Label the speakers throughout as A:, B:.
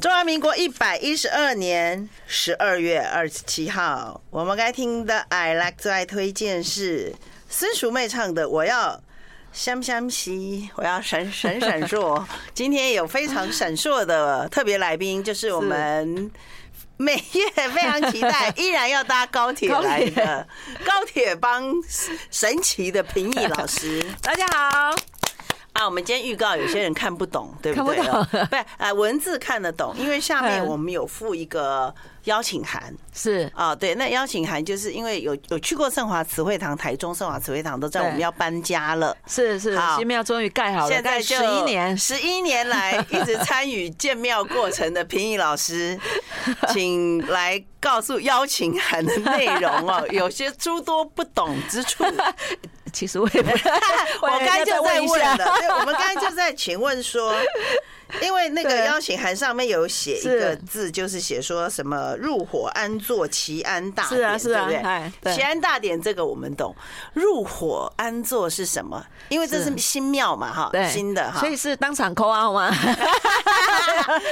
A: 中华民国一百一十二年十二月二十七号，我们该听的《I Like 最爱》推荐是孙淑妹唱的《我要香香兮》，我要闪闪闪烁。今天有非常闪烁的特别来宾，就是我们。每月非常期待，依然要搭高铁来的高铁帮神奇的平易老师，
B: 大家好。
A: 啊，我们今天预告有些人看不 懂，对不对？
B: 看不懂
A: 不 是，呃，文字看得懂，因为下面
B: 嗯
A: 我们有附一个邀请函。
B: 是
A: 啊，对，那邀请函就是因为有有去过盛华词汇堂、台中盛华词汇堂都知道我
B: 对
A: 们要搬家了，
B: 是是
A: 好，
B: 新庙终于盖好了，
A: 现在
B: 盖
A: 就
B: 十一年，
A: 十一年来一直参与建庙过程的平易老 师，请来告诉邀请函的内容哦，有些诸多不懂之处，
B: 其实我也不，
A: 我刚才就在
B: 问一下
A: 问了，对，我们刚才就在请问 说，因为那个
B: 对
A: 邀请函上面有写一个
B: 是
A: 字，就是写说什么入伙安坐齐安大典，
B: 是啊是啊
A: 对不
B: 哎
A: 对？
B: 对
A: 齐安大典这个我们懂，入伙安坐是什么？因为这是
B: 是
A: 新庙嘛，哈，
B: 对，
A: 新的哈，
B: 所以是啊当场扣 啊吗？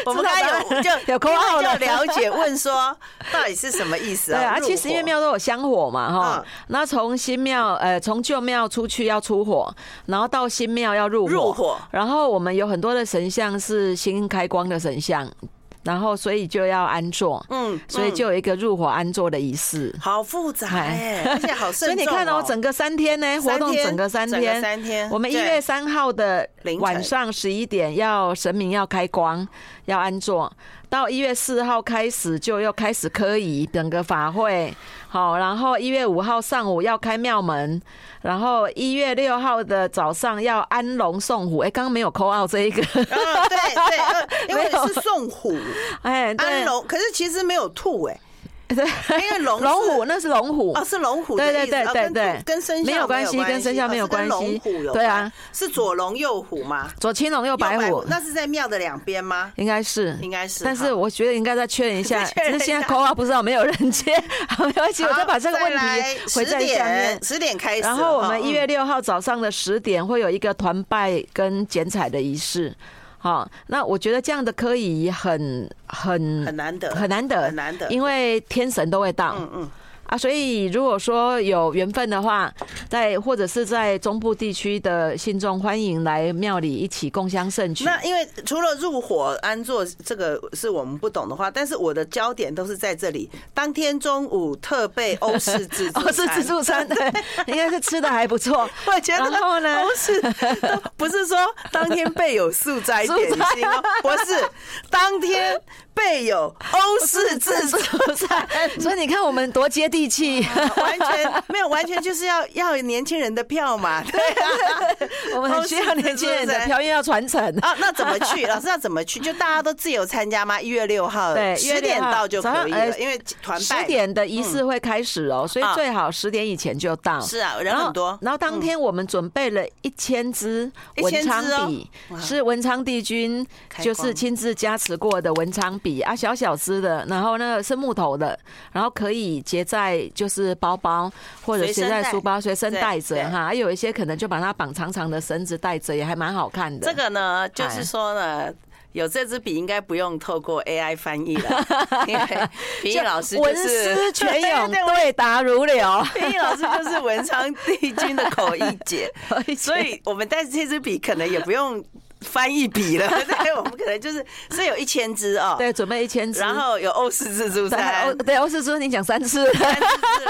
A: 我们刚才有就
B: 有扣啊，
A: 因为就了解问说到底是什么意思
B: 对啊，
A: 啊？
B: 其实因为庙都有香火嘛，哈
A: 嗯，
B: 那从新庙呃，从旧庙出去要出火，然后到新庙要入
A: 入
B: 火，
A: 伙
B: 然后我们有很多的神像是新开光的神像，然后所以就要安坐，
A: 嗯，
B: 所以就有一个入火安坐的仪式。
A: 好复杂哎
B: 哎，
A: 而且好
B: 所
A: 慎
B: 以
A: 重。
B: 你看哦，整个三天呢，活动整个三
A: 整个
B: 天，
A: 三天
B: 我们一
A: 对
B: 月三号的
A: 凌晨
B: 晚上十一点要神明要开光，要安坐，到一月四号开始就又开始科仪，整个法会。好，然后一月五号上午要开庙门，然后一月六号的早上要安龙送虎。哎，刚刚没有扣奥这一个，
A: 啊，对对，呃因为
B: 没有
A: 是送虎
B: 哎， 对
A: 安，龙，可是其实没有兔哎、因为龙是
B: 龙虎那是龙虎
A: 哦，是龙虎的意
B: 对对
A: 思，
B: 对
A: 哦
B: 对
A: 跟
B: 对
A: 跟生肖
B: 没有关系跟生肖
A: 哦
B: 没有
A: 是跟
B: 关系
A: 龙虎有
B: 对啊
A: 关，是左龙右虎吗？
B: 左青龙右白
A: 右
B: 虎，
A: 那是在庙的两边吗？
B: 应该是
A: 应该是
B: 但是
A: 好
B: 我觉得应该再确认一 下，
A: 再确
B: 只
A: 认一下
B: 是现在口号不知道没有人接， 好，没关系，我再把这个问题回
A: 十
B: 在下面
A: 点。十点开始，哦
B: 然后我
A: 哈嗯
B: 们一月六号早上的十点会有一个团拜跟剪彩的仪式，好，那我觉得这样的科仪很
A: 嗯
B: 很
A: 很难得，
B: 很难得，
A: 很难得，
B: 因为天神都会到，
A: 嗯嗯，
B: 啊，所以如果说有缘分的话，在或者是在中部地区的信众，欢迎来庙里一起共襄盛举。
A: 那因为除了入伙安坐这个是我们不懂的话，但是我的焦点都是在这里。当天中午特备欧式自助
B: 哦，是自助餐，对，应该是吃的还不错。
A: 我觉得
B: 然后呢
A: 都是都不是说当天备有素斋点心哦， 不是当天备有欧式 自助，
B: 餐，所以你看我们多接 地气，
A: 完全没有，完全就是要要年轻人的票嘛。 对啊，
B: 我们很需要年轻人的
A: 欧式自助餐
B: 票，因为要传承。
A: 啊，那怎么去？老师要怎么去？就大家都自由参加吗？一月六号，哎
B: 对1
A: 十
B: 月6
A: 点
B: 号
A: 到就
B: 早上
A: 可以
B: 呃
A: 了，因为团拜
B: 十点的仪式会开始哦，所以
A: 嗯啊
B: 最好十点以前就到。
A: 是啊，人
B: 然后
A: 很多。
B: 然后当天我们准备了一千支文
A: 1000支哦
B: 昌笔，是文昌帝君
A: 开
B: 就
A: 光
B: 是亲自加持过的文昌笔啊，小小支的，然后那个是木头的，然后可以结在就是包包或者
A: 随
B: 携
A: 身
B: 在
A: 带
B: 书包随身
A: 对
B: 带着
A: 对
B: 哈，还有一些可能就把它绑长长的绳子带着，也还蛮好看的。
A: 这个呢，就是
B: 哎
A: 说呢。有这支笔应该不用透过 AI 翻译 了，因为平易
B: 就
A: 老师就
B: 文
A: 是
B: 思泉 涌，
A: 对
B: 对答 如流。
A: 平易老师就是文昌帝君的口译 姐，所以我们但是这支笔可能也不用翻译笔了， 对，我们可能就是是有一千支哦，
B: 对，准备一千支，
A: 然后有欧式自助
B: 对哦
A: 餐
B: 欧，对欧世珠，你讲三次，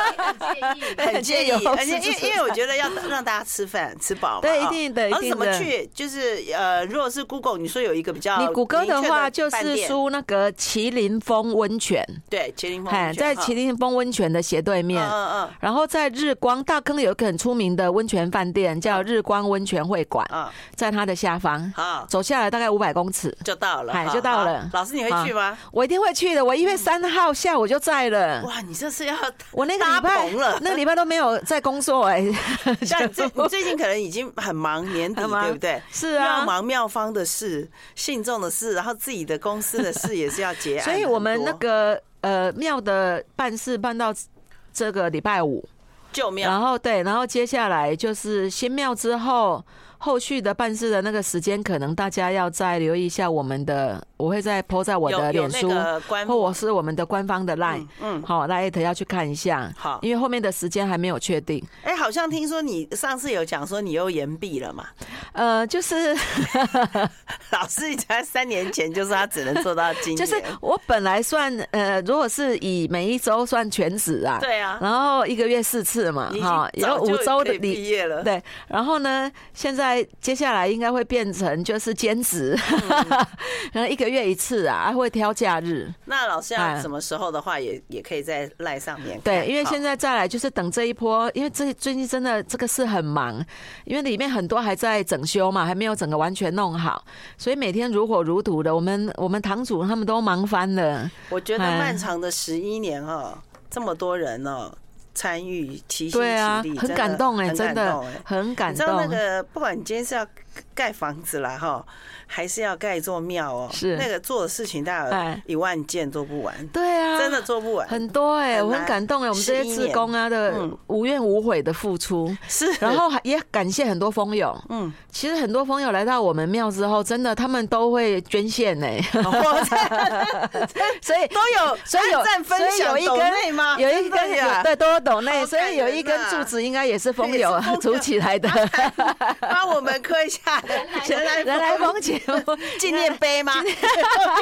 A: 很介意，
B: 有
A: 而且因
B: 哦是是是
A: 为因为我觉得要让大家吃饭吃饱嘛，
B: 对
A: 哦
B: 一定的
A: 然后
B: 一定
A: 怎么
B: 的
A: 去？就是呃，如果是 Google，你说有一个比较
B: 你谷歌
A: 明确
B: 的
A: 的
B: 话就
A: 饭
B: 是
A: 店
B: 输那个麒麟峰温泉，
A: 对麒麟峰
B: 哎，
A: 温泉，
B: 在麒
A: 麟
B: 麟峰温泉的斜对面
A: 嗯。嗯
B: 然后在日光大坑有一个很出名的温泉饭店，叫日光温泉会馆，
A: 嗯嗯，
B: 在它的下方，
A: 好
B: 走下来大概五百公尺，
A: 就到了，
B: 哎
A: 好
B: 就到
A: 好
B: 了
A: 老师你会去吗？
B: 我一定会去的。我一月三号下午就在了。
A: 哇，你这是 要
B: 我那个
A: 搭
B: 礼拜
A: 棚了，
B: 那个礼拜都没有在工作 哎、
A: 像最你最近可能已经很忙，年底
B: 很忙
A: 对不对？
B: 是啊
A: 要忙妙方的事、信众的事，然后自己的公司的事也是要结案
B: 所
A: 很多。
B: 以我们那个呃庙的办事办到这个礼拜五，
A: 旧庙
B: 然后对，然后接下来就是新庙之后，后续的办事的那个时间，可能大家要再留意一下我们的，我会再 po 在我的
A: 有有
B: 脸
A: 那
B: 书，
A: 个官
B: 或我是我们的官方的 line，
A: 嗯嗯，
B: 好、l i n e 要去看一下，
A: 好
B: 因为后面的时间还没有确定。
A: 哎、好像听说你上次有讲说你又延毕了嘛？
B: 呃，就是
A: 老师在三年前就说他只能做到今年，
B: 就是啊我本来算呃，如果是以每一周算全职啊，
A: 对啊，
B: 然后一个月四次嘛，
A: 你已经
B: 哈，
A: 早
B: 有
A: 就
B: 五周的
A: 可以毕
B: 你
A: 业 了，
B: 对，然后呢，现在接下来应该会变成就是兼职，
A: 嗯
B: 然后一个月一次啊，还会挑假日。
A: 那老师要
B: 哎
A: 什么时候的话也，也可以在赖上面看。
B: 对，因为
A: 好
B: 现在再来就是等这一波，因为这最近真的这个事很忙，因为里面很多还在整修嘛，还没有整个完全弄好，所以每天如火如荼的。我们我们堂主他们都忙翻了，
A: 我觉得
B: 哎
A: 漫长的十一年哦，这么多人哦参与，齐心
B: 对啊
A: 齐力，，
B: 很
A: 真
B: 感动哎、
A: 很
B: 真
A: 感
B: 的
A: 动哎
B: 很感
A: 你知道那
B: 动。
A: 个，不管你今天是要盖房子啦哈，还是要盖一座庙哦，
B: 是
A: 那个做的事情大概
B: 哎
A: 有一万件做不完，
B: 对啊，
A: 真的做不完，
B: 很多哎、
A: 很
B: 我很
A: 难
B: 感动哎、我们这
A: 11
B: 些
A: 年
B: 职工啊的
A: 嗯
B: 无怨无悔的付出。
A: 是。
B: 然后还也感谢很多蜂友，
A: 嗯，
B: 其实很多蜂友来到我们庙之后，真的他们都会捐 献呢、所以
A: 都有，
B: 所以有
A: 按赞分享
B: 所以有一
A: 抖
B: 根
A: 内吗？
B: 有一
A: 真的
B: 根
A: 呀
B: 有对都有懂
A: 好
B: 内，
A: 感
B: 所以有一根
A: 人啊
B: 柱子应该也是蜂友
A: 也是蜂友
B: 组起来的。
A: 帮我们刻一下 人来
B: 人来疯节目
A: 纪念碑吗？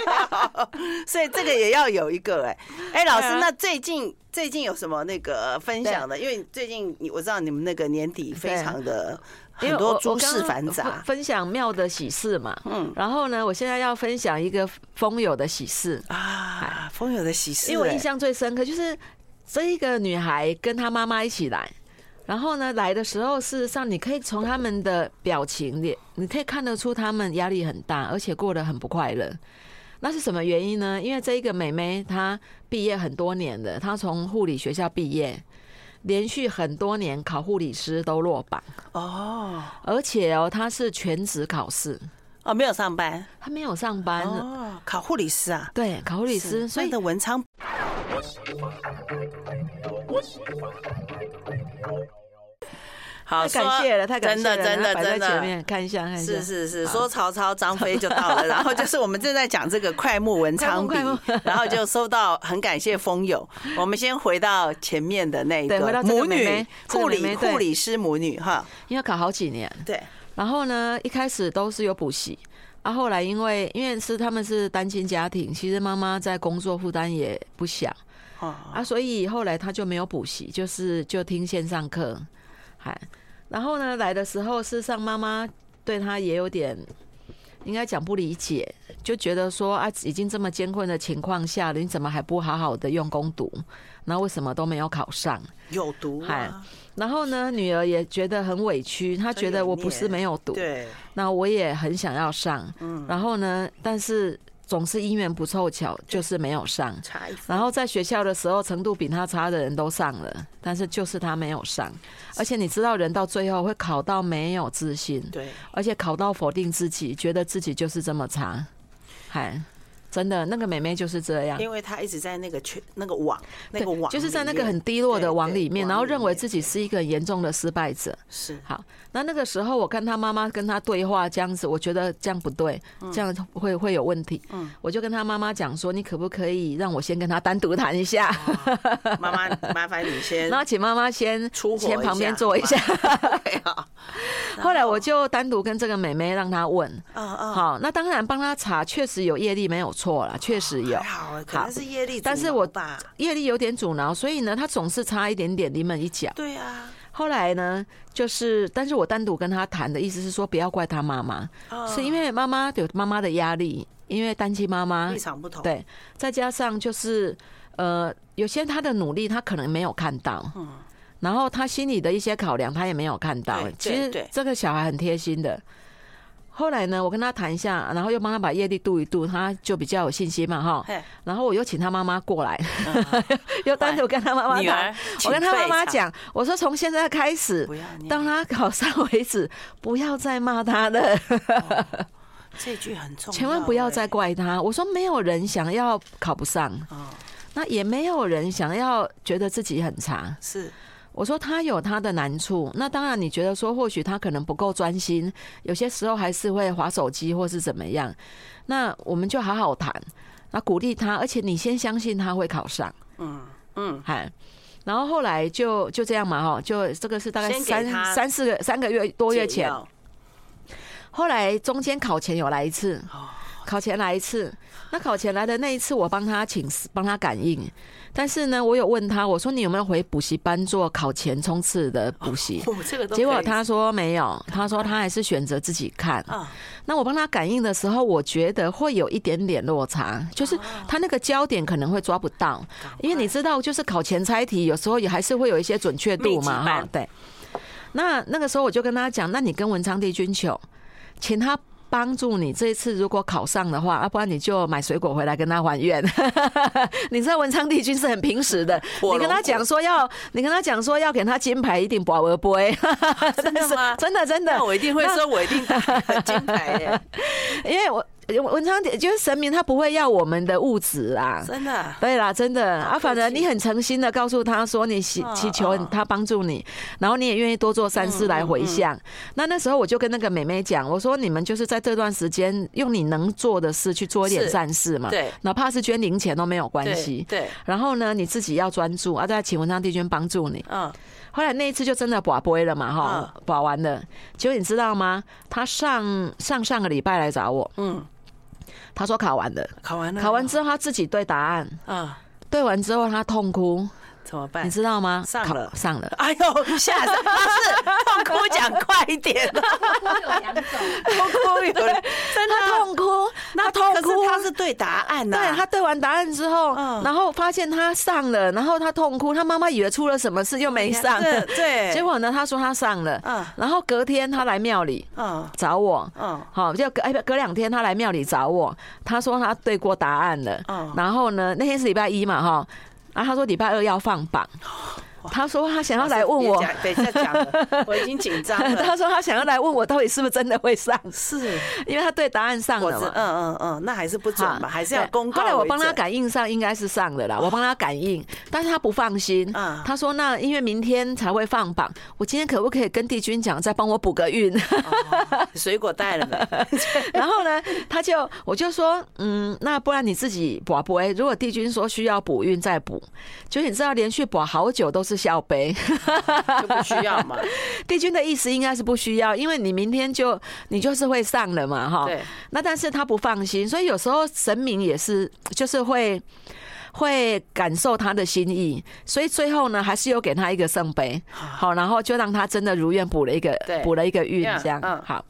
A: 所以这个也要有一个哎、哎、老师，
B: 对啊
A: 那最近最近有什么那个分享的？因为最近你我知道你们那个年底非常的
B: 因为
A: 很
B: 我
A: 多
B: 我
A: 诸
B: 刚
A: 事
B: 刚
A: 繁
B: 分
A: 杂，
B: 分享庙的喜事嘛。
A: 嗯
B: 然后呢，我现在要分享一个蜂友的喜事，
A: 啊，风友的喜事、
B: 哎因为我印
A: 哎
B: 象最深刻就是这一个女孩跟她妈妈一起来，然后呢来的时候，事实上你可以从他们的表情里，你可以看得出他们压力很大，而且过得很不快乐。那是什么原因呢？因为这一个妹妹她毕业很多年了，她从护理学校毕业，连续很多年考护理师都落榜，
A: 哦
B: 而且哦，她是全职考试，
A: 哦没有上班
B: 她没有上班。
A: 哦，考护理师啊，
B: 对，考护理师，
A: 是
B: 所以
A: 那的文昌好
B: 太感
A: 啊说
B: 谢了，太感谢了，
A: 真的真
B: 然
A: 的
B: 后摆在
A: 真的
B: 前面看一下，看一下，
A: 是是是，
B: 好
A: 说曹操、张飞就到 了，然后就是我们正在讲这个快木文昌笔
B: 快木快，
A: 然后就收到很感谢风友。我们先回到前面的那一
B: 对回
A: 个
B: 到这个
A: 母
B: 妹妹
A: 女
B: 这个
A: 护
B: 妹
A: 理
B: 妹对
A: 护理师母女哈，
B: 因为考好几年，
A: 对，
B: 然后呢，一开始都是有补习，啊，后来因为因为是他们是单亲家庭，其实妈妈在工作负担也不小
A: 哦
B: 啊，所以后来他就没有补习，就是就听线上课，还然后呢来的时候，事实上妈妈对他也有点。应该讲不理解，就觉得说啊，已经这么艰困的情况下了，你怎么还不好好的用功读？那为什么都没有考上？
A: 有毒啊，
B: 然后呢，女儿也觉得很委屈，她觉得我不是没有读，
A: 对，
B: 那我也很想要上，
A: 嗯
B: 然后呢，但是总是因缘不凑巧，就是没有上。
A: 差一分
B: 然后在学校的时候，程度比他差的人都上了，但是就是他没有上。而且你知道，人到最后会考到没有自信，
A: 对，
B: 而且考到否定自己，觉得自己就是这么差。嗨，真的，那个妹妹就是这样。
A: 因为他一直在那个圈、那个网、那
B: 对
A: 个网里面，
B: 就是在那个很低落的网里
A: 对
B: 面，
A: 对
B: 然后
A: 网里
B: 认为
A: 面
B: 自己是一个很严重的失败者。
A: 是
B: 好，那那个时候我看他妈妈跟他对话这样子，我觉得这样不对，
A: 嗯
B: 这样会会有问题。嗯，我就跟他妈妈讲说，你可不可以让我先跟他单独谈 一下，
A: 妈妈，麻烦你先
B: 然后请妈妈先
A: 哎出火一下
B: 先旁边 坐一下。
A: 对啊，
B: 后来我就单独跟这个妹妹让她问。
A: 啊啊，
B: 好，那当然帮她查，确实有业力没有错啦，确实 有
A: 还。好欸，可能是业力阻挠吧，
B: 但是我
A: 啊
B: 业力有点阻挠，所以呢，她总是差一点点临门一脚。
A: 对啊，
B: 后来呢，就是，但是我单独跟他谈的意思是说，不要怪他妈妈，是因
A: 为
B: 为妈妈有妈妈的压力，因为单亲妈妈
A: 立，场不同，
B: 对，再加上就是呃，有些他的努力他可能没有看到，
A: 嗯
B: 然后他心里的一些考量他也没有看到
A: 对，
B: 其
A: 对
B: 实
A: 对
B: 这个小孩很贴心的。后来呢，我跟他谈一下，然后又帮他把业力度一度，他就比较有信心嘛哈。
A: 嘿，嗯
B: 然后我又请他妈妈过来， 又单独跟他妈妈
A: 女
B: 谈
A: 儿。，
B: 我跟他妈妈
A: 请退场，
B: 讲，我说从现在开始，
A: 不要念
B: 当他考上为止，不要再骂他了，
A: 这句很重要，
B: 千万不要再怪他。我说没有人想要考不上，
A: 哎。哦，
B: 那也没有人想要觉得自己很差。
A: 是
B: 我说他有他的难处，那当然你觉得说或许他可能不够专心，有些时候还是会划手机或是怎么样，那我们就好好谈，那鼓励他，而且你先相信他会考上，
A: 嗯嗯，
B: 嗨。然后后来就就这样嘛，哈，就这个是大概
A: 先给
B: 三
A: 他
B: 三四个三个月多月
A: 解
B: 前，
A: 药
B: 后来中间考前有来一次，
A: 哦，
B: 考前来一次，那考前来的那一次，我帮他请示，帮他感应。但是呢，我有问他，我说你有没有回补习班做考前冲刺的补习？
A: 我这个哦都
B: 结果
A: 可以
B: 他说没有，他说他还是选择自己看。
A: 啊，
B: 那我帮他感应的时候，我觉得会有一点点落差，就是
A: 哦
B: 他那个焦点可能会抓不到，因为你知道，就是考前猜题有时候也还是会有一些准确
A: 密
B: 度嘛，
A: 集版
B: 哈，对。那那个时候我就跟他讲，那你跟文昌帝君求，请他。帮助你这一次如果考上的话，啊，不然你就买水果回来跟他还愿。 你知道文昌帝君是很平时的，
A: 火
B: 你跟他
A: 龙
B: 讲说要，你跟他讲说要给他金牌，一定不而不 会。
A: 真的吗
B: 真的真的，
A: 那我一定会说，我一定打金牌 耶，
B: 因为我文昌帝就是神明，他不会要我们的物质啊啦。
A: 真的。
B: 对啦，真的
A: 好
B: 啊，
A: 客
B: 反正
A: 气
B: 你很诚心的告诉他说你祈
A: 嗯
B: 祈求
A: 嗯
B: 他帮助你，然后你也愿意多做善事来回
A: 嗯
B: 向。那那时候我就跟那个妹妹讲，我说你们就是在这段时间用你能做的事去做一点
A: 是
B: 善事嘛，
A: 对
B: 哪怕是捐零钱都没有关系。
A: 对，对
B: 然后呢，你自己要专注啊，再请文昌帝君帮助你。
A: 嗯，
B: 后来那一次就真的保杯了嘛，哈，保完了。结果你知道吗？他上上上个礼拜来找我，
A: 嗯，
B: 他说考完了，嗯
A: 考完了，
B: 考完之后他自己对答案，
A: 后啊，
B: 对完之后他痛哭，
A: 怎么办
B: 你？知道吗？
A: 哎上
B: 考
A: 了
B: 上 了。
A: 哎呦，吓死！不是痛哭，讲快一 点，
C: 有两种，
A: 痛哭有 人真
B: 他
A: 的
B: 痛哭，他痛
A: 可
B: 哭
A: 是，他是对答案呐、
B: 对他对完答案之后，
A: 嗯
B: 然后发现他上了，然后他痛哭，他妈妈以为出了什么事又没上，
A: 对哦 对
B: 结果呢，他说他上了
A: 嗯，
B: 然后隔天他来庙里
A: 嗯
B: 找我，
A: 嗯
B: 好，就隔哎不隔两天他来庙里找我，他说他对过答案了，
A: 嗯
B: 然后呢那天是礼拜一嘛哈，然后他说礼拜二要放榜，
A: 哦
B: 他说他想要来问我
A: 别，讲等一下讲 了，我已经紧张了。
B: 他说他想要来问我到底是不是真的会上，
A: 是，
B: 因为他对答案上
A: 我
B: 了
A: 知，
B: 嘛
A: 嗯。嗯嗯，那还是不准吧，
B: 哈
A: 还是要
B: 对
A: 公告
B: 后来我
A: 为
B: 帮他
A: 准，啊
B: 感应上，应该是上了啦。我帮他感应，但是他不放心
A: 嗯。
B: 他说：“那因为明天才会放榜，我今天可不可以跟帝君讲，再帮我补个运？”
A: 水果带了没？
B: 然后呢，他就我就说，嗯，那不然你自己补补哎，如果帝君说需要补运再补，就你知道连续补好久都是笑杯。
A: 就不需要嘛。
B: 帝君的意思应该是不需要，因为你明天就你就是会上了嘛，哈。
A: 对。
B: 那但是他不放心，所以有时候神明也是就是会。会感受他的心意，所以最后呢，还是有给他一个圣杯，好，然后就让他真的如愿补了一个
A: 啊对
B: 补了一个运，
A: Yeah，
B: 这样
A: 嗯
B: 好。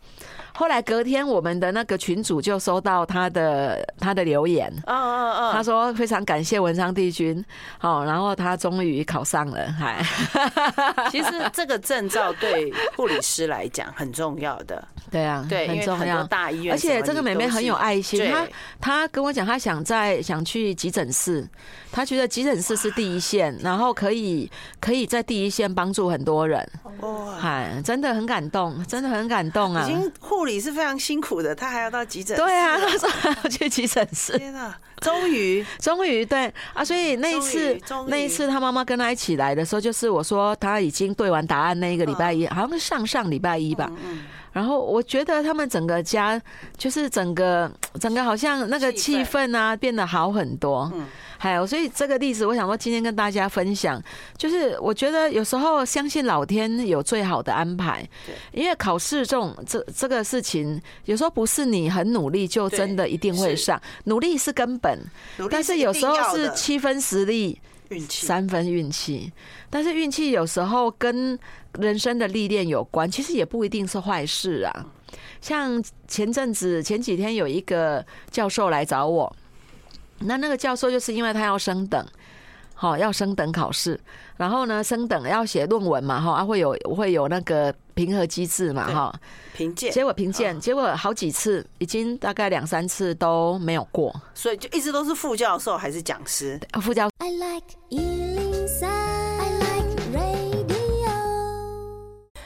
B: 后来隔天，我们的那个群主就收到他的他的留言，
A: 嗯嗯嗯，
B: 他说非常感谢文昌帝君，好，然后他终于考上了，还
A: 其实这个证照对护理师来讲很重要的，
B: 对啊，
A: 对，因
B: 很
A: 为
B: 重
A: 很
B: 要
A: 多。大医院
B: 而
A: 什么你
B: 且
A: 都是，
B: 这个妹妹很有爱心，
A: 对
B: 她她跟我讲，她想在想去急诊室，她觉得急诊室是第一线，然后可以可以在第一线帮助很多人，
A: 哇，
B: 哎，真的很感动，真的很感动
A: 已
B: 啊！
A: 经护理是非常辛苦的，她还要到急诊，
B: 对啊，她说她要去急诊室，
A: 天啊，终于
B: 终于对啊，所以那一
A: 终
B: 次
A: 于终于
B: 那一次他妈妈跟他一起来的时候，就是我说他已经对完答案那一个礼拜
A: 嗯
B: 一，好像是上上礼拜一吧。然后我觉得他们整个家就是整个整个好像那个
A: 气
B: 气
A: 氛
B: 氛啊变得好很多
A: 嗯。
B: 还有，所以这个例子我想说今天跟大家分享，就是我觉得有时候相信老天有最好的安排，因为考试这种这这个事情，有时候不是你很努力就真的一定会
A: 对是
B: 上，努力是根本。
A: 努力
B: 但是有时候
A: 一定要
B: 是
A: 的
B: 七分实力，
A: 运气，
B: 三分运气。但是运气有时候跟人生的历练有关，其实也不一定是坏事啊。像前阵子前几天有一个教授来找我，那那个教授就是因为他要升等。好、要升等考试，然后呢，升等要写论文嘛，哈、啊，会有会有那个评核机制嘛，
A: 对
B: 哈、
A: 凭借，
B: 结果评鉴，结果好几次，已经大概两三次都没有过，
A: 所以就一直都是副教授还是讲师，
B: 啊副教
C: I like Ealing Sound. I like radio.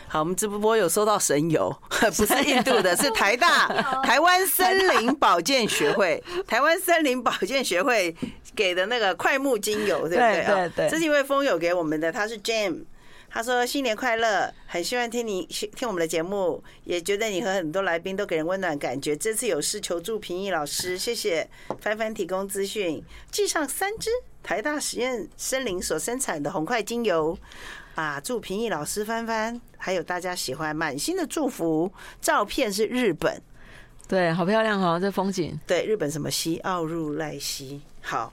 A: 好，我们直播有收到神油， 不是印度的，是台 大台湾森林保健学会，台湾森林保健学会给的那个快木精油，对不对？哦
B: 对对对
A: 这是一位风友给我们的，他是 Jam。他说新年快乐，很希望听你听我们的节目，也觉得你和很多来宾都给人温暖感觉。这次有事求助平易老师，谢谢帆帆提供资讯，寄上三支台大实验森林所生产的红块精油。啊！祝平易老师翻翻，还有大家喜欢，满心的祝福。照片是日本，
B: 对，好漂亮哦，这风景。
A: 对，日本什么西奥入濑西，好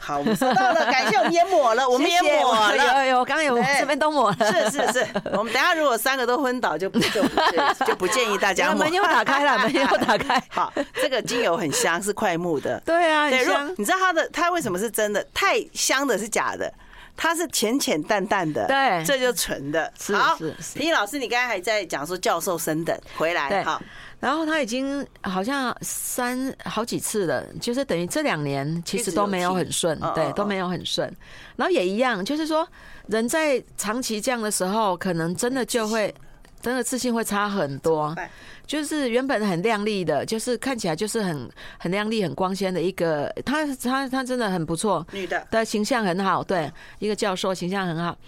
A: 好，我们收到了，感谢，我们也抹了，哎我们也
B: 谢谢
A: 抹了。
B: 有有有，我刚刚有
A: 对
B: 这边都抹了。
A: 是是是，我们等一下如果三个都昏倒就不就不就就不建议大家抹。
B: 门又打开 了，门又打开。
A: 好，这个精油很香，是快木的。
B: 对啊，
A: 对，
B: 很
A: 如果
B: 香。
A: 你知道它的它为什么是真的，太香的是假的，它是浅浅淡淡的，
B: 对
A: 这就纯的。
B: 是
A: 好
B: 是，是
A: 平老师，你刚才还在讲说教授升等回来，
B: 对
A: 好，
B: 然后他已经好像三好几次了，就是等于这两年其实都没有很顺
A: 一直有，提嗯嗯，
B: 对都没有很顺。然后也一样，就是说人在长期这样的时候，可能真的就会。真的自信会差很多
A: 办，
B: 就是原本很亮丽的，就是看起来就是很很亮丽、很光鲜的一个，她她她真的很不错，
A: 女的，
B: 的形象很好，对，一个教授形象很好。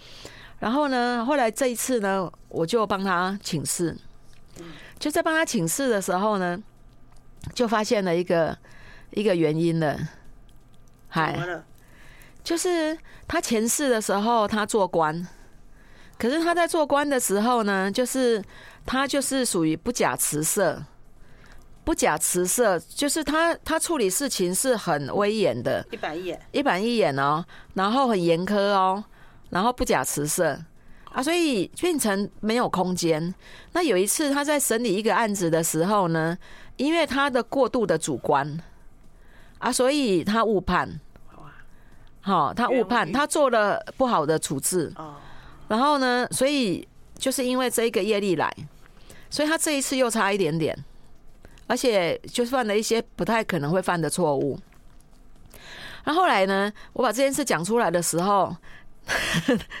B: 然后呢，后来这一次呢，我就帮他请示，就在帮他请示的时候呢，就发现了一个一个原因了，
A: 怎么
B: 嗨，
A: 了？
B: 就是他前世的时候他做官，可是他在做官的时候呢，就是他就是属于不假辞色。不假辞色，就是他他处理事情是很威严的，
A: 一板一眼，
B: 一板一眼哦，然后很严苛哦，然后不假辞色啊，所以变成没有空间。那有一次他在审理一个案子的时候呢，因为他的过度的主观啊，所以他误判。好、他误
A: 冤
B: 判，
A: 狱
B: 他做了不好的处置，
A: 哦，
B: 然后呢，所以就是因为这一个业力来，所以他这一次又差一点点，而且就犯了一些不太可能会犯的错误。那后来呢，我把这件事讲出来的时候，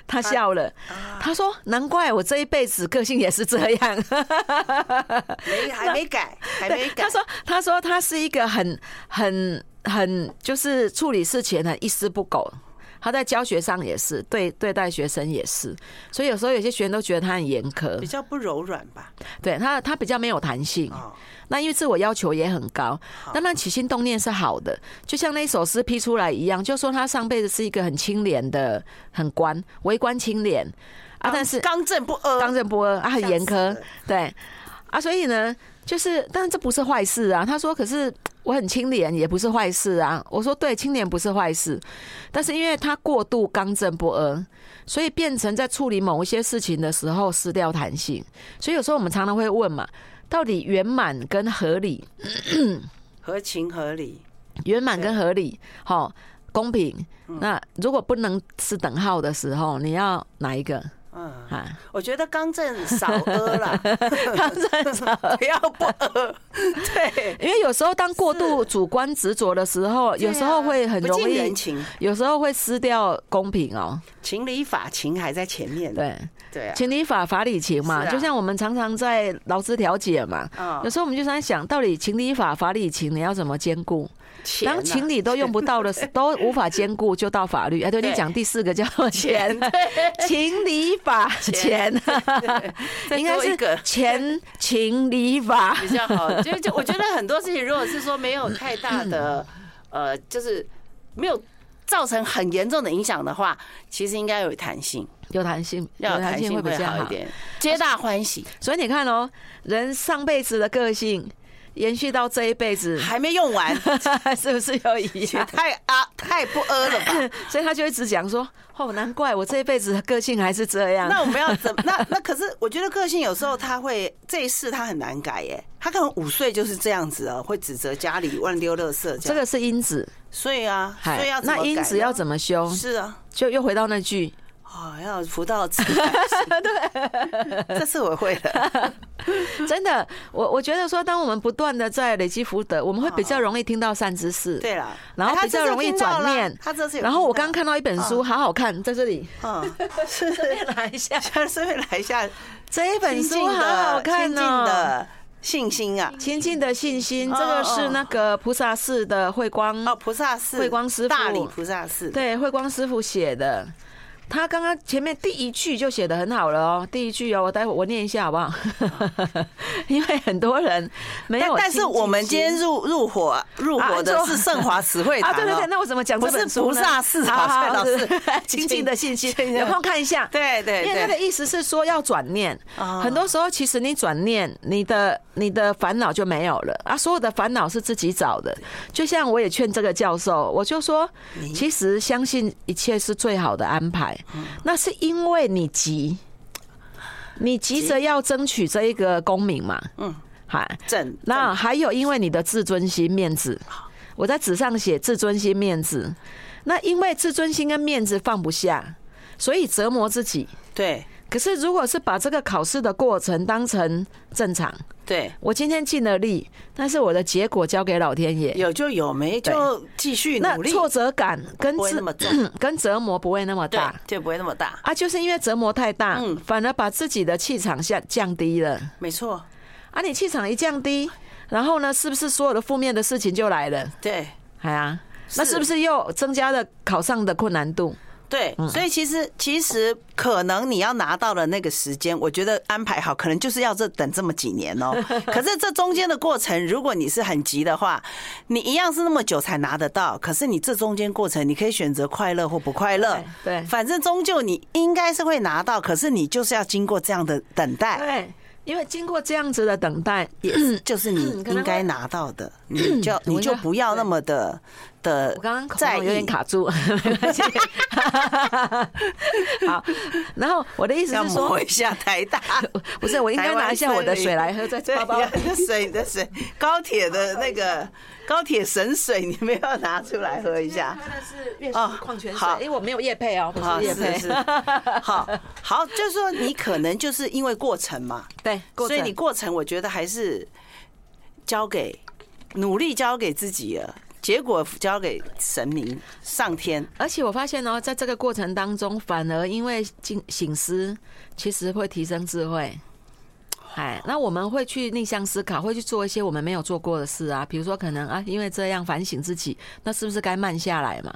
B: 他笑了，他说：“难怪我这一辈子个性也是这样。呃
A: 没还没改，还没”改
B: 他。说：“他说他是一个很很很就是处理事情很一丝不苟。”他在教学上也是，对对待学生也是，所以有时候有些学生都觉得他很严苛
A: 比，较不柔软吧？
B: 对他，他比较没有弹性。
A: 哦，
B: 那因为自我要求也很高，但他起心动念是好的，就像那首诗批出来一样，就说他上辈子是一个很清廉的，很官，为官清廉啊，但是
A: 刚正不阿，
B: 刚正不阿，啊，很严
A: 吓
B: 苛
A: 死了，
B: 对啊，所以呢，就是，但这不是坏事啊。他说，可是我很清廉，也不是坏事啊。我说，对，清廉不是坏事，但是因为他过度刚正不阿，所以变成在处理某一些事情的时候失掉弹性。所以有时候我们常常会问嘛，到底圆满跟合理，
A: 合情合理。
B: 圆满跟合理，好公平。
A: 嗯
B: 那如果不能是等号的时候，你要哪一个
A: 嗯，
B: 啊？
A: 我觉得刚正少阿啦， 刚正少 不要不阿，对，
B: 因为有时候当过度主观执着的时候，有时候会很
A: 啊不
B: 容
A: 近
B: 易
A: 人，情，
B: 有时候会失掉公平哦。
A: 情理法情还在前面。
B: 对，
A: 对啊，
B: 情理法，法理情嘛，
A: 是啊
B: 就像我们常常在劳资调解嘛，
A: 啊
B: 有，时候我们就在想，到底情理法、法理情，你要怎么兼顾？
A: 钱啊
B: 当情理都用不 到的时，都无法兼顾，就到法律。哎，对
A: 对
B: 你讲第四个叫钱，情理法钱，
A: 再
B: 应该
A: 多一
B: 是
A: 个
B: 钱情理法。
A: 比较好，就就我觉得很多事情，如果是说没有太大 的，呃，就是没有造成很严重的影响的话，其实应该有弹性，
B: 有弹性，有
A: 要有
B: 弹
A: 弹
B: 性
A: 性
B: 会比
A: 会
B: 较
A: 好一
B: 好。
A: 点，皆大欢喜。
B: 所以你看哦，人上辈子的个性延续到这一辈 子，
A: 还没用完，
B: 是不是有一
A: 也
B: 样？
A: 太啊太不阿了吧？
B: 所以他就一直讲说：“哦，难怪我这一辈子的个性还是这样。”
A: 那我们要怎么？那那可是我觉得个性有时候他会这一世他很难改耶，他可能五岁就是这样子哦，会指责家里乱丢垃圾这
B: 这
A: 样。
B: 个是因子，
A: 所以啊，所以
B: 嗨
A: 要怎么
B: 那
A: 改呢
B: 因子要怎么修？
A: 是啊。
B: 就又回到那 句，
A: 哦，要福到 自然醒，对，这次我会了。
B: 真的，我我觉得说，当我们不断的在累积福德，我们会比较容易听到善知识。
A: 对了，
B: 然后
A: 哎
B: 比较容易转念
A: 他这次有听到啦他这次有听到
B: 然后我刚刚，看到一本书，好好看，在这里，
A: 嗯， 是
B: 来一下
A: 顺便来一 下
B: 这一本
A: 亲
B: 书，
A: 近
B: 好好
A: 的、
B: 看
A: 亲近
B: 哦。
A: 的信心啊。
B: 亲近的信心，
A: 哦
B: 这个是那个菩萨寺的慧光
A: 哦，菩萨寺，
B: 慧光师傅
A: 大理菩萨寺，
B: 对，慧光师傅写的。他刚刚前面第一句就写的很好了哦，第一句哦，我待会我念一下好不 好？因为很多人没
A: 但
B: 有
A: 但
B: 亲近心，
A: 是我们今天入入伙入伙
B: 啊
A: 的
B: 按
A: 是
B: 说
A: 圣华词汇堂
B: 啊，
A: 哦
B: 对对对，那我怎么讲
A: 不
B: 这
A: 是
B: 本书
A: 菩
B: 呢？
A: 萨寺
B: 好
A: 啊，
B: 好
A: 所以老
B: 好
A: 师
B: 是亲近的信 息，
A: 亲
B: 有空看一下。
A: 对对
B: 因为他的
A: 对，
B: 意思是说要转念，
A: 啊
B: 很多时候其实你转念，你的你的烦恼就没有了啊，所有的烦恼是自己找的。就像我也劝这个教授，我就说，其实相信一切是最好的安排，
A: 嗯
B: 那是因为你急，你急着要争取这一个功名嘛，嗯，好，
A: 正
B: 那还有因为你的自尊心、面子，我在纸上写自尊心、面子。那因为自尊心跟面子放不下，所以折磨自己。
A: 对
B: 可是如果是把这个考试的过程当成正常，
A: 对，
B: 我今天尽了力，但是我的结果交给老天爷。
A: 有就有，没就继续
B: 那
A: 努力，
B: 挫折感跟
A: 不会
B: 自嗯
A: 那么重
B: 跟折磨不会那么
A: 对
B: 大
A: 就不会那么大，
B: 啊，就是因为折磨太大，
A: 嗯
B: 反而把自己的气场下降低了
A: 没错，
B: 啊。你气场一降低，然后呢，是不是所有的负面的事情就来了？
A: 对
B: 哎呀，那是不是又增加了考上的困难度？
A: 对，
B: 嗯
A: 所以其实其实可能你要拿到的那个时间，我觉得安排好，可能就是要这等这么几年 哦、可是这中间的过程，如果你是很急的话，你一样是那么久才拿得到。可是你这中间过程，你可以选择快乐或不快乐，
B: 对对
A: 反正终究你应该是会拿到，可是你就是要经过这样的等待，
B: 对，哎因为经过这样子的等待，
A: 也就是
B: 嗯
A: 你应该拿到的， 你就
B: 我
A: 你就
B: 应该
A: 不要那么的的
B: 我刚刚口
A: 在
B: 红有点
A: 意。
B: 卡住，没关系。好，然后我的意思
A: 要
B: 是说
A: 抹，一 下台大，
B: 不是我应该拿一下我的 水来喝，再
A: 对，
B: 包包。
A: 你的水，你的水，高铁的那个高铁神水，你们要拿出来喝一下。
B: 喝的是月
A: 哦
B: 矿泉水
A: 好，
B: 因为我没有叶配哦，不
A: 啊，
B: 是叶
A: 是
B: 配，
A: 是， 好好，就是说你可能就是因为过程嘛，
B: 对，过
A: 所以
B: 程
A: 你过程我觉得还是交给努力交给自己了，结果交给神明上天。
B: 而且我发现哦，在这个过程当中，反而因为静醒思，其实会提升智慧。哎，那我们会去逆向思考，会去做一些我们没有做过的事啊，比如说可能啊，因为这样反省自己，那是不是该慢下来嘛？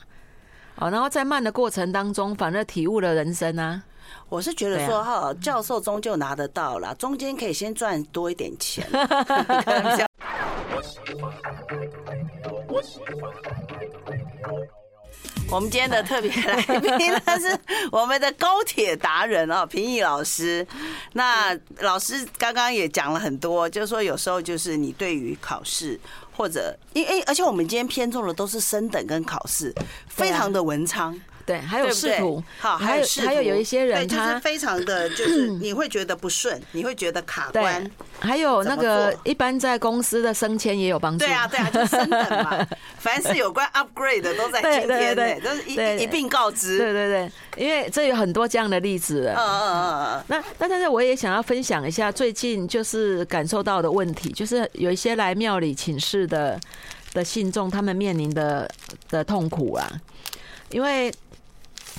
B: 哦，然后在慢的过程当中，反而体悟了人生啊。
A: 我是觉得说哈，教授终究拿得到啦，中间可以先赚多一点钱，可能比较我们今天的特别来宾，他是我们的高铁达人哦，平易老师。那老师刚刚也讲了很多，就是说有时候就是你对于考试或者，因为而且我们今天偏重的都是升等跟考试，非常的文昌。
B: 对，还
A: 对
B: 有
A: 不
B: 仕
A: 对？
B: 途，
A: 好，还
B: 还
A: 有
B: 有
A: 仕
B: 还有
A: 途
B: 有一些
A: 对
B: 人
A: 就
B: 他
A: 是非常 的，就是你会觉得不顺，你会觉得卡
B: 对
A: 关。，
B: 还有
A: 怎
B: 那
A: 么
B: 个
A: 做
B: 一般在公司的升迁也有帮助。
A: 对啊，对啊，就是升等嘛，凡是有关 upgrade 的都在今
B: 对
A: 天呢，
B: 对对
A: 都是
B: 对
A: 一一并告知。
B: 对对对，因为这有很多这样的例子了
A: 嗯嗯嗯嗯
B: 那那但是我也想要分享一下最近就是感受到的问题，就是有一些来庙里请示的的信众，他们面临的的痛苦啊，因为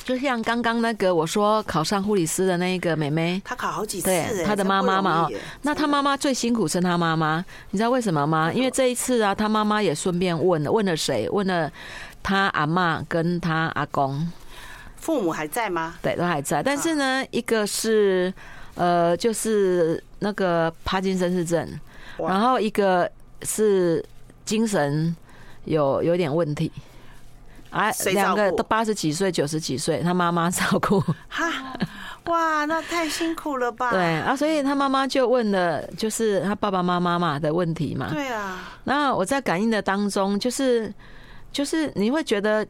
B: 就像刚刚那个我说考上护理师的那个妹妹，
A: 他考好几次
B: 对
A: 欸，
B: 她的妈妈嘛哦
A: 真不容易欸
B: 那她妈妈最辛苦是她妈妈，你知道为什么吗？因为这一次啊，她妈妈也顺便问了，问了谁？问了她阿嬷跟她阿公。
A: 父母还在吗？
B: 对，都还
A: 啊
B: 在。但是呢，一个是呃，就是那个帕金森氏症，
A: 哇
B: 然后一个是精神有有点问题。啊，
A: 谁照
B: 两
A: 顾
B: 个都八十几岁、九十几岁，他妈妈照 顾。
A: 哈，哇，那太辛苦了吧？
B: 对啊，所以他妈妈就问了，就是他爸爸妈妈嘛的问题嘛。
A: 对啊，
B: 那我在感应的当中，就是就是你会觉得，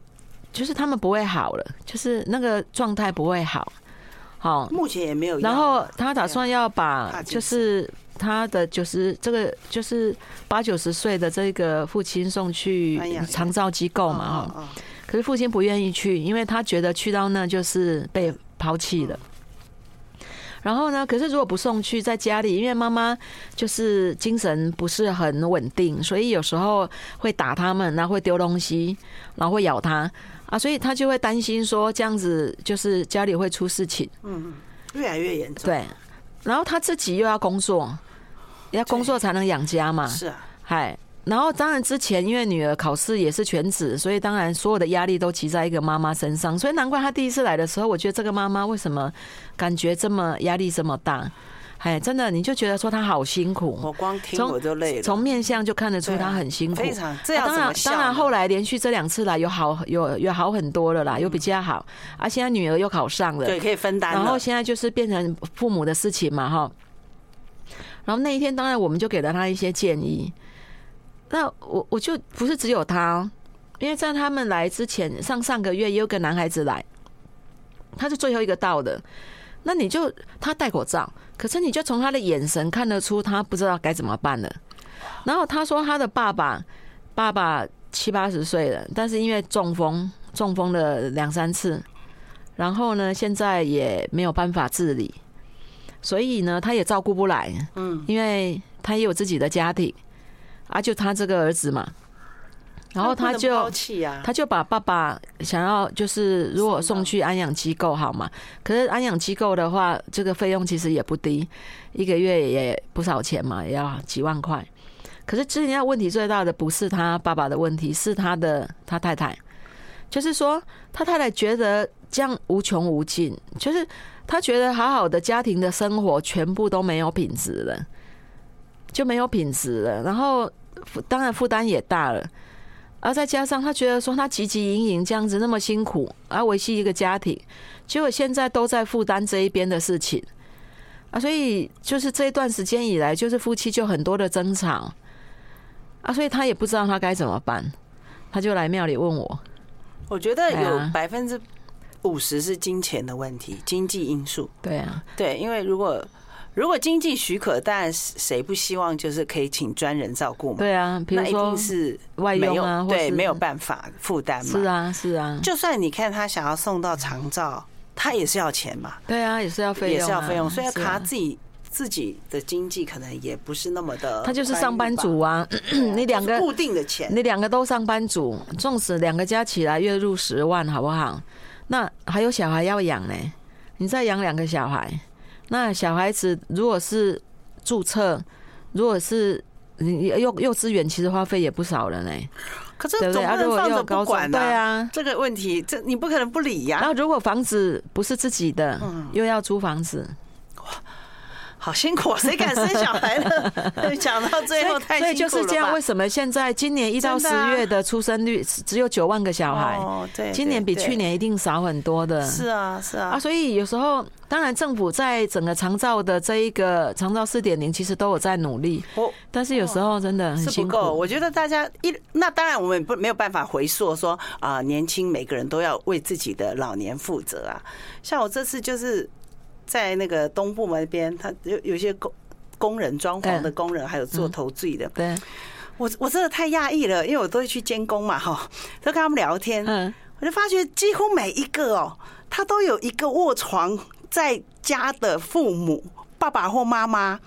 B: 就是他们不会好了，就是那个状态不会好，好、
A: 目前也没有药啊。
B: 然后他
A: 对
B: 打
A: 啊
B: 算要
A: 帕
B: 把
A: 金森
B: 就是他的就是这个就是八九十岁的这个父亲送去
A: 哎呀
B: 长照机构嘛
A: 嗯
B: 哈，
A: 嗯嗯
B: 可是父亲不愿意去，因为他觉得去到那就是被抛弃了。
A: 嗯
B: 然后呢？可是如果不送去，在家里，因为妈妈就是精神不是很稳定，所以有时候会打他们，然后会丢东西，然后会咬他啊，所以他就会担心说这样子就是家里会出事情。
A: 越来越严重。
B: 对，然后他自己又要工作，要工作才能养家嘛，
A: 是啊，
B: 嗨，然后当然之前因为女儿考试也是全职，所以当然所有的压力都骑在一个妈妈身上，所以难怪她第一次来的时候，我觉得这个妈妈为什么感觉这么压力这么大？哎，真的你就觉得说她好辛苦。
A: 我光听我就累了。啊
B: 从面相就看得出她很辛苦，
A: 非常这
B: 那
A: 样
B: 当
A: 怎么
B: 然，
A: 笑呢、
B: 当然，后来连续这两次来有好有有好很多了啦，有比较好。啊，现在女儿又考上
A: 嗯
B: 了，
A: 对可以分担了。
B: 然后现在就是变成父母的事情嘛，哈。然后那一天，当然我们就给了他一些建议。那我我就不是只有他哦，因为在他们来之前，上上个月也有个男孩子来，他是最后一个到的。那你就他戴口罩，可是你就从他的眼神看得出他不知道该怎么办了。然后他说他的爸爸，爸爸七八十岁了，但是因为中风，中风了两三次，然后呢，现在也没有办法自理，所以呢，他也照顾不来，嗯，因为他也有自己的家庭，啊，就他这个儿子嘛，然后
A: 不
B: 他
A: 能
B: 就
A: 抛弃啊，
B: 他就把爸爸想要就是如果送去安养机构好嘛，可是安养机构的话，这个费用其实也不低，一个月也不少钱嘛，也要几万块。可是之前的问题最大的不是他爸爸的问题，是他的他太太，就是说他太太觉得这样无穷无尽，就是他觉得好好的家庭的生活全部都没有品质了，就没有品质了，然后负当然负担也大了。而啊再加上他觉得说他汲汲营营这样子那么辛苦，而维系一个家庭，结果现在都在负担这一边的事情啊，所以就是这一段时间以来，就是夫妻就很多的争吵啊，所以他也不知道他该怎么办，他就来庙里问我，
A: 我觉得
B: 对
A: 有
B: 啊
A: 百分之五十是金钱的问题，经济因素。
B: 对啊，
A: 对，因为如果如果经济许可，当然谁不希望就是可以请专人照顾嘛？
B: 对啊，比如
A: 那一
B: 说
A: 定是
B: 外
A: 没
B: 佣
A: 有、
B: 啊，或
A: 对，
B: 是
A: 没有办法负担嘛。
B: 是，啊是啊，
A: 就算你看他想要送到长照，他也是要钱嘛，
B: 对啊，也是要费用啊、
A: 也是要费用，所以
B: 是啊
A: 他自己。自己的经济可能也不是那么的宽裕吧，
B: 他就是上班 族啊，
A: 对啊，
B: 你两
A: 就是
B: 个
A: 固定的钱，
B: 你两个都上班族，纵使两个加起来月入十万，好不好？那还有小孩要养呢，你再养两个小孩，那小孩子如果是注册，如果是你幼幼稚园，其实花费也不少了呢，
A: 可是
B: 对不
A: 总
B: 对？啊，
A: 不
B: 如
A: 能
B: 果
A: 放
B: 又
A: 着不
B: 高中，
A: 管
B: 对啊，
A: 这个问题，这你不可能不理呀、
B: 然后如果房子不是自己的，
A: 嗯
B: 又要租房子，
A: 好辛苦，啊谁敢生小孩呢？ 讲到最后哎太
B: 所以
A: 辛
B: 就
A: 苦了
B: 是这样。
A: 吧
B: 为什么现在今年一到十
A: 真的啊
B: 月的出生率只有九万个小孩？
A: 哦，对，
B: 今年比
A: 对
B: 去年一定少很多的。
A: 对是啊是啊
B: 啊，，所以有时候，当然政府在整个长照的这一个长照四点零，其实都有在努力，
A: 我
B: 但是有时候真的很
A: 是不
B: 辛
A: 够。
B: 苦。
A: 我觉得大家一那当然我们不没有办法回溯说啊，年轻每个人都要为自己的老年负责啊。像我这次就是在那个东部门那边，他有有一些工工人装潢
B: 嗯
A: 的工人，还有做头醉的，
B: 对，
A: 我我真的太讶异了，因为我都会去监工嘛哈，都跟他们聊天，
B: 嗯，
A: 我就发觉几乎每一个哦，他都有一个卧床在家的父母，爸爸或妈妈，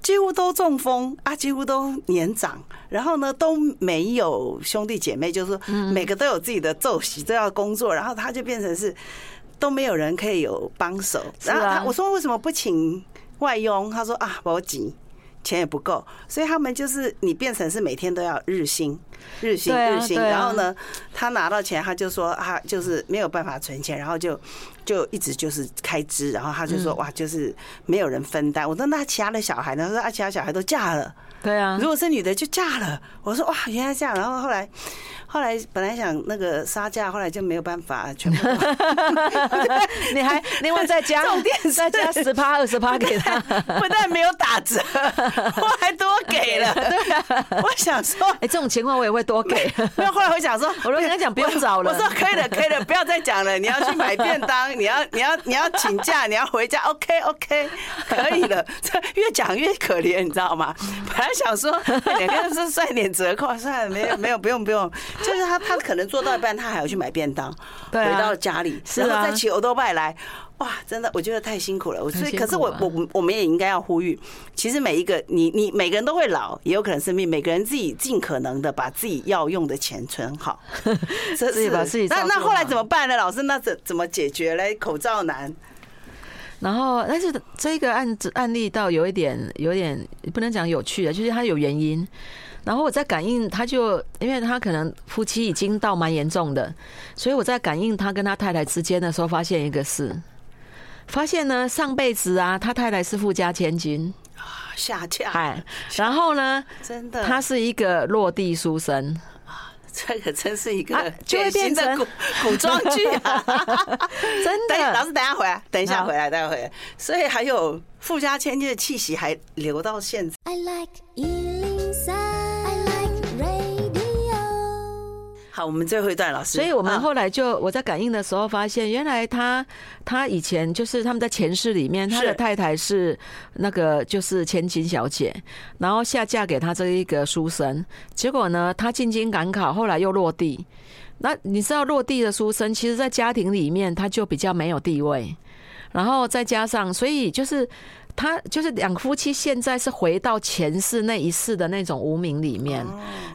A: 几乎都中风啊，几乎都年长，然后呢都没有兄弟姐妹，就是
B: 嗯
A: 说每个都有自己的奏息，都要工作，然后他就变成是都没有人可以有帮手，
B: 是啊
A: 然后他我说为什么不请外佣？他说啊，我急。钱也不够，所以他们就是你变成是每天都要日薪，日薪，
B: 对啊
A: 日薪，
B: 对啊
A: 然后呢，他拿到钱，他就说他就是没有办法存钱，然后就就一直就是开支，然后他就
B: 嗯
A: 说哇，就是没有人分担。我说那其他的小孩呢？他说啊，其他小孩都嫁了，
B: 对啊
A: 如，果是女的就嫁了。我说哇，原来这样。然后后来后来本来想那个杀价，后来就没有办法，全 部都
B: 你 还另外再加
A: 重点是
B: 再加十趴二十趴给他，
A: 不但没有打折，我还多给了。
B: 啊
A: 我想说。
B: 哎，这种情况我也会多给。
A: 没有，后来我想说，
B: 我都跟他讲不用找了
A: 我说可以了，可以了，不要再讲了。你要去买 便当，你要你要你要请假，你要回家。OK OK，可以了。 这越讲越可怜，你知道吗？本来想说，哎两个是算点折扣，算了，没有没有，不用不用。就是他他可能做到一半，他还要去买便当，
B: 对啊
A: 回到家里，
B: 是啊
A: 然后再骑欧多拜来。哇，真的，我觉得太辛苦了。我所以，
B: 很辛
A: 可是我
B: 苦啊
A: 我我我们也应该要呼吁，其实每一个你你每个人都会老，也有可能生病，每个人自己尽可能的把自己要用的钱存 好，这
B: 自己
A: 是
B: 把自己
A: 那
B: 照顾
A: 那后来
B: 好
A: 怎么办呢？老师，那怎怎么解决嘞？口罩难，
B: 然后，但是啊这个案子案例倒有一点，有一点不能讲有趣的，就是它有原因。然后我在感应，他就因为他可能夫妻已经到蛮严重的，所以我在感应他跟他太太之间的时候，发现一个事，发现呢上辈子啊，他太太是富家千金，
A: 啊下架，
B: 哎，然后呢，
A: 真的，
B: 他是一个落地书生，
A: 这个真是一
B: 啊
A: 个
B: 就会
A: 典型的
B: 变成
A: 古古装剧啊！
B: 真
A: 等老
B: 的，
A: 师，等一下回来，等一下
B: 好
A: 回来，待会回来。所以还有富家千金的气息还留到现在。
C: I like Ealing Sound. I like radio.
A: 好，我们最后一段，老师。
B: 所以我们
A: 啊
B: 后来就我在感应的时候发现，原来他他以前就是他们在前世里面，他的
A: 是
B: 太太是那个就是千金小姐，然后下嫁给他这一个书生，结果呢他进京赶考，后来又落地。那你知道落地的书生，其实在家庭里面他就比较没有地位，然后再加上，所以就是他就是两夫妻现在是回到前世那一世的那种无名里面，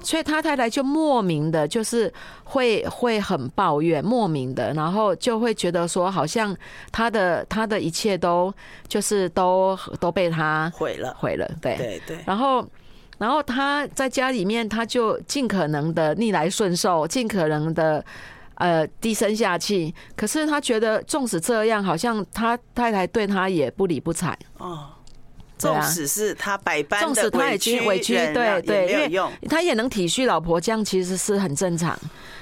B: 所以他太太就莫名的，就是会会很抱怨，莫名的，然后就会觉得说，好像他的他的一切都就是都都被他
A: 毁了，
B: 毁了，对。
A: 对对，
B: 然后，然后他在家里面，他就尽可能的逆来顺受，尽可能的呃低声下气。可是他觉得，纵使这样，好像他太太对他也不理不睬。
A: 哦。
B: 对啊
A: 纵使是他百般
B: 纵
A: 的
B: 使他已经委屈，
A: 人啊
B: 对对，
A: 也
B: 因
A: 没有
B: 为
A: 用。
B: 他也能体恤老婆，这样其实是很正常，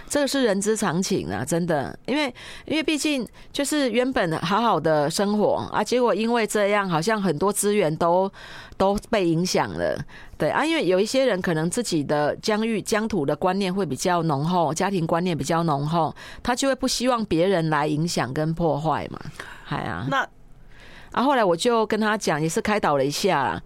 B: 这个是人之常情啊，真的。因为因为毕竟就是原本好好的生活啊，结果因为这样，好像很多资源都都被影响了。对啊，因为有一些人可能自己的疆域、疆土的观念会比较浓厚，家庭观念比较浓厚，他就会不希望别人来影响跟破坏嘛。哎呀，
A: 那
B: 啊，后来我就跟他讲，也是开导了一下啦。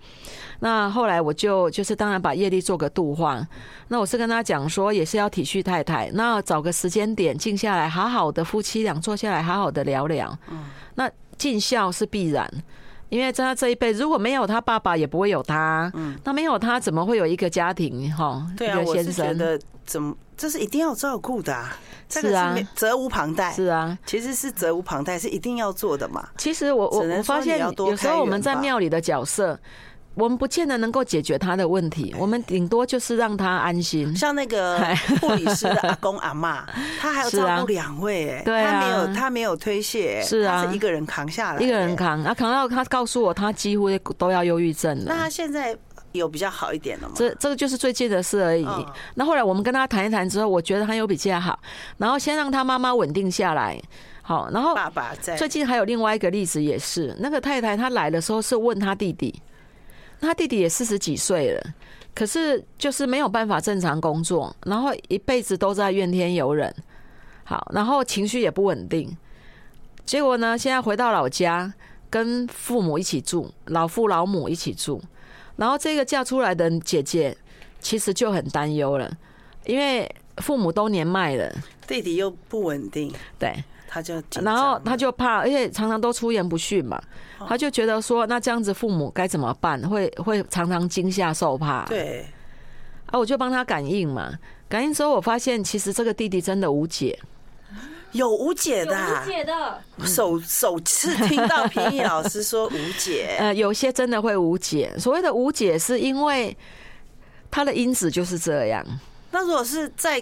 B: 那后来我就就是当然把业力做个度化。那我是跟他讲说，也是要体恤太太，那找个时间点静下来，好好的夫妻俩坐下来，好好的聊聊。嗯，那尽孝是必然。因为在他这一辈，如果没有他爸爸，也不会有他。嗯，那没有他，怎么会有一个家庭？哈，
A: 对
B: 一
A: 啊，
B: 个
A: 我
B: 先
A: 是觉
B: 生，
A: 得怎么这是一定要照顾的啊，这个
B: 是啊
A: 是没责无旁贷
B: 是，啊。
A: 其实是责无旁贷，是一定要做的嘛。
B: 其实我我
A: 只能
B: 我发
A: 说你
B: 现
A: 要，多
B: 有时候
A: 开
B: 我们
A: 源
B: 在
A: 吧
B: 庙里的角色，我们不见得能够解决他的问题，我们顶多就是让他安心。
A: 像那个护理师的阿公阿 嬷，他还要
B: 是啊
A: 照顾两位、哎，
B: 对啊
A: 他没有他没有推卸、哎
B: 是啊
A: 他是一个人扛下来、
B: 一个人
A: 哎。
B: 扛，啊，扛到他告诉我，他几乎都要忧郁症
A: 那
B: 了
A: 他。现在有比较好一点了吗？
B: 这这个就是最近的事而已
A: 嗯。
B: 那后来我们跟他谈一谈之后，我觉得他有比较好，然后先让他妈妈稳定下来。好，然后
A: 爸爸在
B: 最近还有另外一个例子也是，那个太太她来的时候是问她弟弟，那她弟弟也四十几岁了，可是就是没有办法正常工作，然后一辈子都在怨天尤人，好，然后情绪也不稳定，结果呢，现在回到老家跟父母一起住，老父老母一起住，然后这个嫁出来的姐姐其实就很担忧了，因为父母都年迈了，
A: 弟弟又不稳定，
B: 对。
A: 他就紧张
B: 然后他
A: 了
B: 就怕，而且常常都出言不逊嘛，
A: 哦
B: 他就觉得说，那这样子父母该怎么办？会会常常惊吓受怕。
A: 对
B: 啊，我就帮他感应嘛，感应之后我发现，其实这个弟弟真的无解，
A: 有无解的啊、
C: 的，
A: 首首次听到平易老师说无 解，
B: 呃，有些真的会无解。所谓的无解，是因为他的因子就是这样，
A: 那如果是在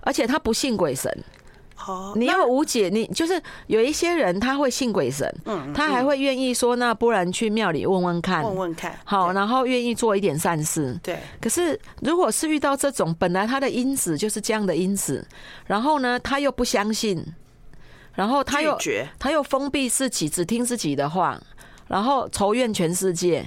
B: 而且他不信鬼神。
A: 哦，
B: 你
A: 那
B: 要无解，你就是有一些人他会信鬼神，他还会愿意说，那不然去庙里问问看，
A: 嗯问问看，
B: 好，
A: 对
B: 然后愿意做一点善事。
A: 对
B: 可是，如果是遇到这种本来他的因子就是这样的因子，然后呢，他又不相信，然后他又
A: 拒绝
B: 他又封闭自己，只听自己的话，然后仇怨全世界，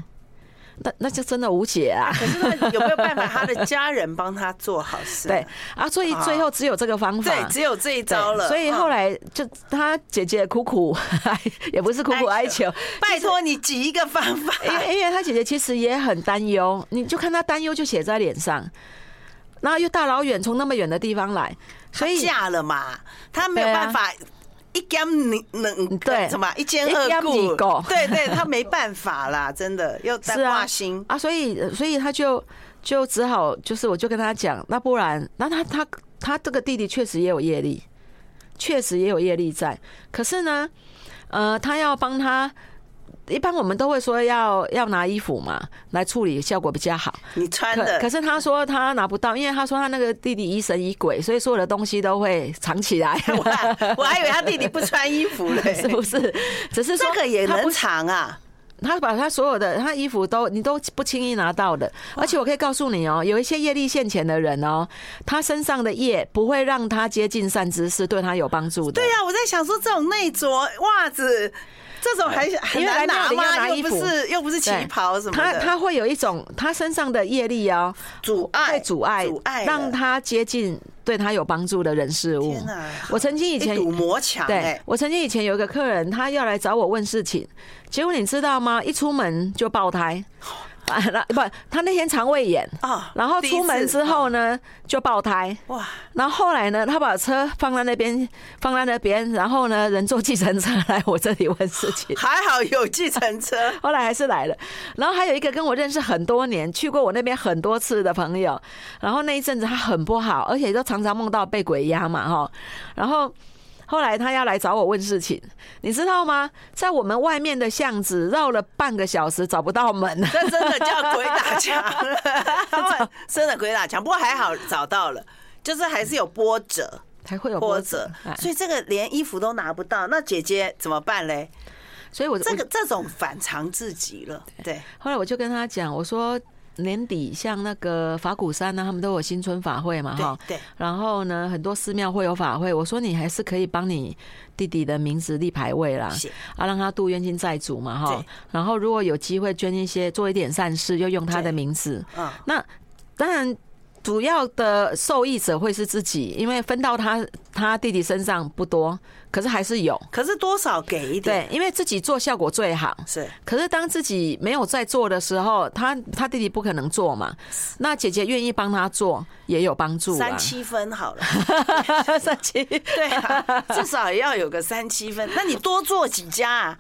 B: 那那就真的无解啊！
A: 可是那有没有办法，他的家人帮他做好事？
B: 对啊，所以最后只有这个方法。
A: 对，只有这一
B: 对
A: 招了。
B: 所以后
A: 嗯
B: 来就他姐姐苦苦 也不是苦苦哀求，
A: 拜托你挤一个方法，
B: 因为因为他姐姐其实也很担忧，你就看她担忧就写在脸上，然后又大老远从那么远的地方来，所以
A: 嫁了嘛，他没有
B: 对啊
A: 办法。一兼两两
B: 对
A: 什么一兼
B: 一
A: 二
B: 兼
A: 顾
B: 二顾，
A: 对对，他没办法啦， 真的又在
B: 是啊
A: 挂心，
B: 啊，所以所以他就就只好就是我就跟他讲，那不然那他他他这个弟弟确实也有业力，确实也有业力在，可是呢，呃，他要帮他一般我们都会说要要拿衣服嘛来处理，效果比较好。
A: 你穿
B: 可
A: 的
B: 可是他说他拿不到，因为他说他那个弟弟疑神疑鬼，所以所有的东西都会藏起 来，
A: 我还我还以为他弟弟不穿衣服嘞，
B: 是不是？只是说
A: 这个也
B: 他
A: 能
B: 不
A: 藏啊？
B: 他把他所有的他衣服都你都不轻易拿到的，而且我可以告诉你哦，有一些业力现前的人哦，他身上的业不会让他接近善知识，对他有帮助的。
A: 对呀、我在想说这种内着袜子这种还很
B: 因为
A: 难
B: 来
A: 拿
B: 庙里要
A: 吗？
B: 拿
A: 又
B: 衣
A: 不
B: 服
A: 是又不是旗
B: 对
A: 袍什么
B: 他
A: 的，
B: 他会有一种他身上的业力哦，
A: 阻
B: 会
A: 碍
B: 阻碍
A: 阻碍了
B: 让他接近对他有帮助的人事物
A: 天。哪
B: 我曾经以
A: 一
B: 前
A: 堵魔墙
B: 对
A: 哎，
B: 我曾经以前有一个客人，他要来找我问事情，结果你知道吗？一出门就爆 胎，啊那不，他那天肠胃炎，
A: 啊
B: 然后
A: 第一次啊
B: 出门之后呢就爆胎，
A: 哇，
B: 然后后来呢，他把车放在那边，放在那边，然后呢人坐计程车来我这里问 事情。
A: 还好有计程 车
B: 后来还是来了，然后还有一个跟我认识很多年、去过我那边很多次的朋友，然后那一阵子他很不好，而且都常常梦到被鬼压嘛，哈，然后。后来他要来找我问事情，你知道吗？在我们外面的巷子绕了半个小时找不到门，
A: 这真的叫鬼打墙了，他 们真的鬼打墙。不过还好找到了，就是还是有波折，
B: 才会有
A: 波
B: 波
A: 折
B: 折。，哎
A: 所以这个连衣服都拿不到，那姐姐怎么办嘞？
B: 所以我
A: 这
B: 我
A: 个这种反常自己了，对，
B: 后来我就跟他讲，我说年底像那个法鼓山呢、啊他们都有新春法会嘛，哈，
A: 对对
B: 然后呢，很多寺庙会有法会，我说你还是可以帮你弟弟的名字立牌位啦
A: 是，
B: 啊，让他度冤亲债主嘛，哈
A: 对。
B: 然后如果有机会捐一些，做一点善事，就用他的名字。
A: 嗯，
B: 那当然。主要的受益者会是自己，因为分到他他弟弟身上不多，可是还是有
A: 可是多少给一点，
B: 对，因为自己做效果最好。
A: 是
B: 可是当自己没有在做的时候，他他弟弟不可能做嘛，那姐姐愿意帮他做也有帮助
A: 三
B: 啦。
A: 七分好了，
B: 三七，
A: 对啊，至少也要有个三七分。那你多做几家 啊？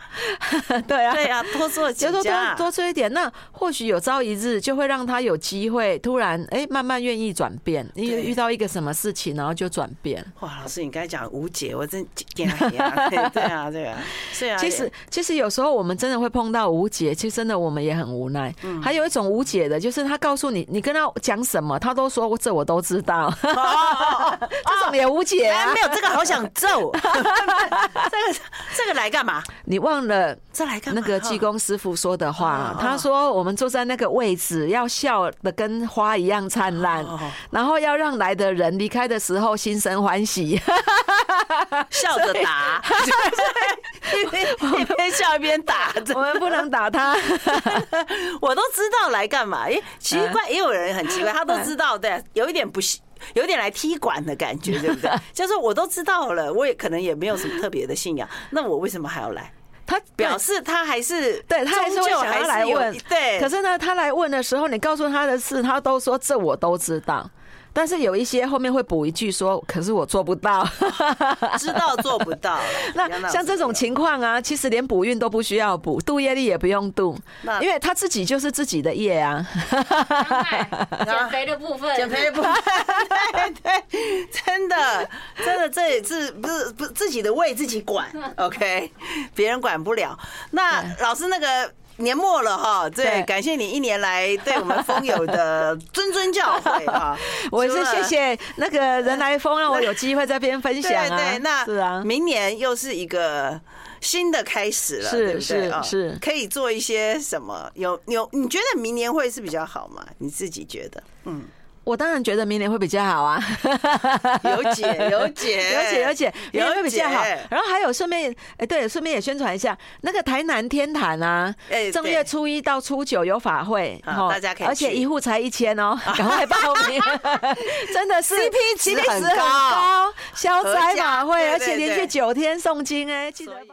B: 对啊，
A: 对啊，多做几
B: 就多
A: 家
B: 多
A: 啊，
B: 多做一点，那或许有朝一日就会让他有机会，突然哎、慢慢愿意转变，因为
A: 对
B: 遇到一个什么事情，然后就转变。
A: 哇，老师，你刚才讲无解，我真 点啊点啊，对啊，对啊，对啊。
B: 其实，其实有时候我们真的会碰到无解，其实真的我们也很无奈。
A: 嗯
B: 还有一种无解的，就是他告诉你，你跟他讲什么，他都说这我都知道，
A: 哦哦哦哦
B: 这种也无解
A: 哎
B: 啊
A: 没。有这个好想 揍，这个这个来干嘛？
B: 你忘了
A: 这来干嘛？
B: 那个济公师傅说的话，
A: 啊
B: 他说我们坐在那个位置要笑的跟花一样灿烂
A: 哦，
B: 然后要让来的人离开的时候心生欢喜。
A: 笑着打， 一边笑一边打，真
B: 我们不能打他，
A: 我都知道来干嘛。哎，奇怪，也有人很奇怪，他都知
B: 嗯
A: 道，对，有一点不信。有点来踢馆的感觉，对不 对？就是我都知道了，我也可能也没有什么特别的信仰，那我为什么还要来？
B: 他
A: 表。示他还是
B: 对他还是会
A: 终究
B: 想
A: 还
B: 要
A: 是
B: 来
A: 有
B: 问，
A: 对，
B: 可是呢，他来问的时候，你告诉他的事，他都说这我都知道，但是有一些后面会补一句说，可是我做 不到。。
A: 知道做不到
B: 那像这种情况啊，其实连补运都不需要补，度业力也不用度
A: 那，
B: 因为他自己就是自己的业啊。
D: 当然减肥的部分，
A: 减肥不， 对对，真的真的，这也是不是不是自己的胃自己 管，OK，别人管不了。那老师那个。年末了哈，对，
B: 对。
A: 感谢你一年来对我们风友的谆谆教诲哈
B: 我也是
A: 除了
B: 谢谢那个人来疯，让我有机会在边 分享啊。
A: 对对，那
B: 是啊，
A: 明年又是一个新的开始了，
B: 是
A: 对不对
B: 是
A: 哦
B: 是
A: 可以做一些什么？有有，你觉得明年会是比较好吗？你自己觉得？嗯，
B: 我当然觉得明年会比较好啊。
A: 有解有解
B: 有解有解，明年会比较好
A: 有解。
B: 然后还有顺便，哎，对，顺便也宣传一下那个台南天坛啊
A: 哎，
B: 正月初一到初九有法会，
A: 啊
B: 哦
A: 大家可以
B: 而且
A: 去
B: 一户才一千 哦，赶快报名， 真的是
A: CP 值
B: CP 值
A: 很
B: 很
A: 高
B: 高，消灾
A: 合家
B: 法会，
A: 对
B: 而且
A: 对
B: 连
A: 对
B: 续九天诵经，哎，记得
A: 所以
B: 报。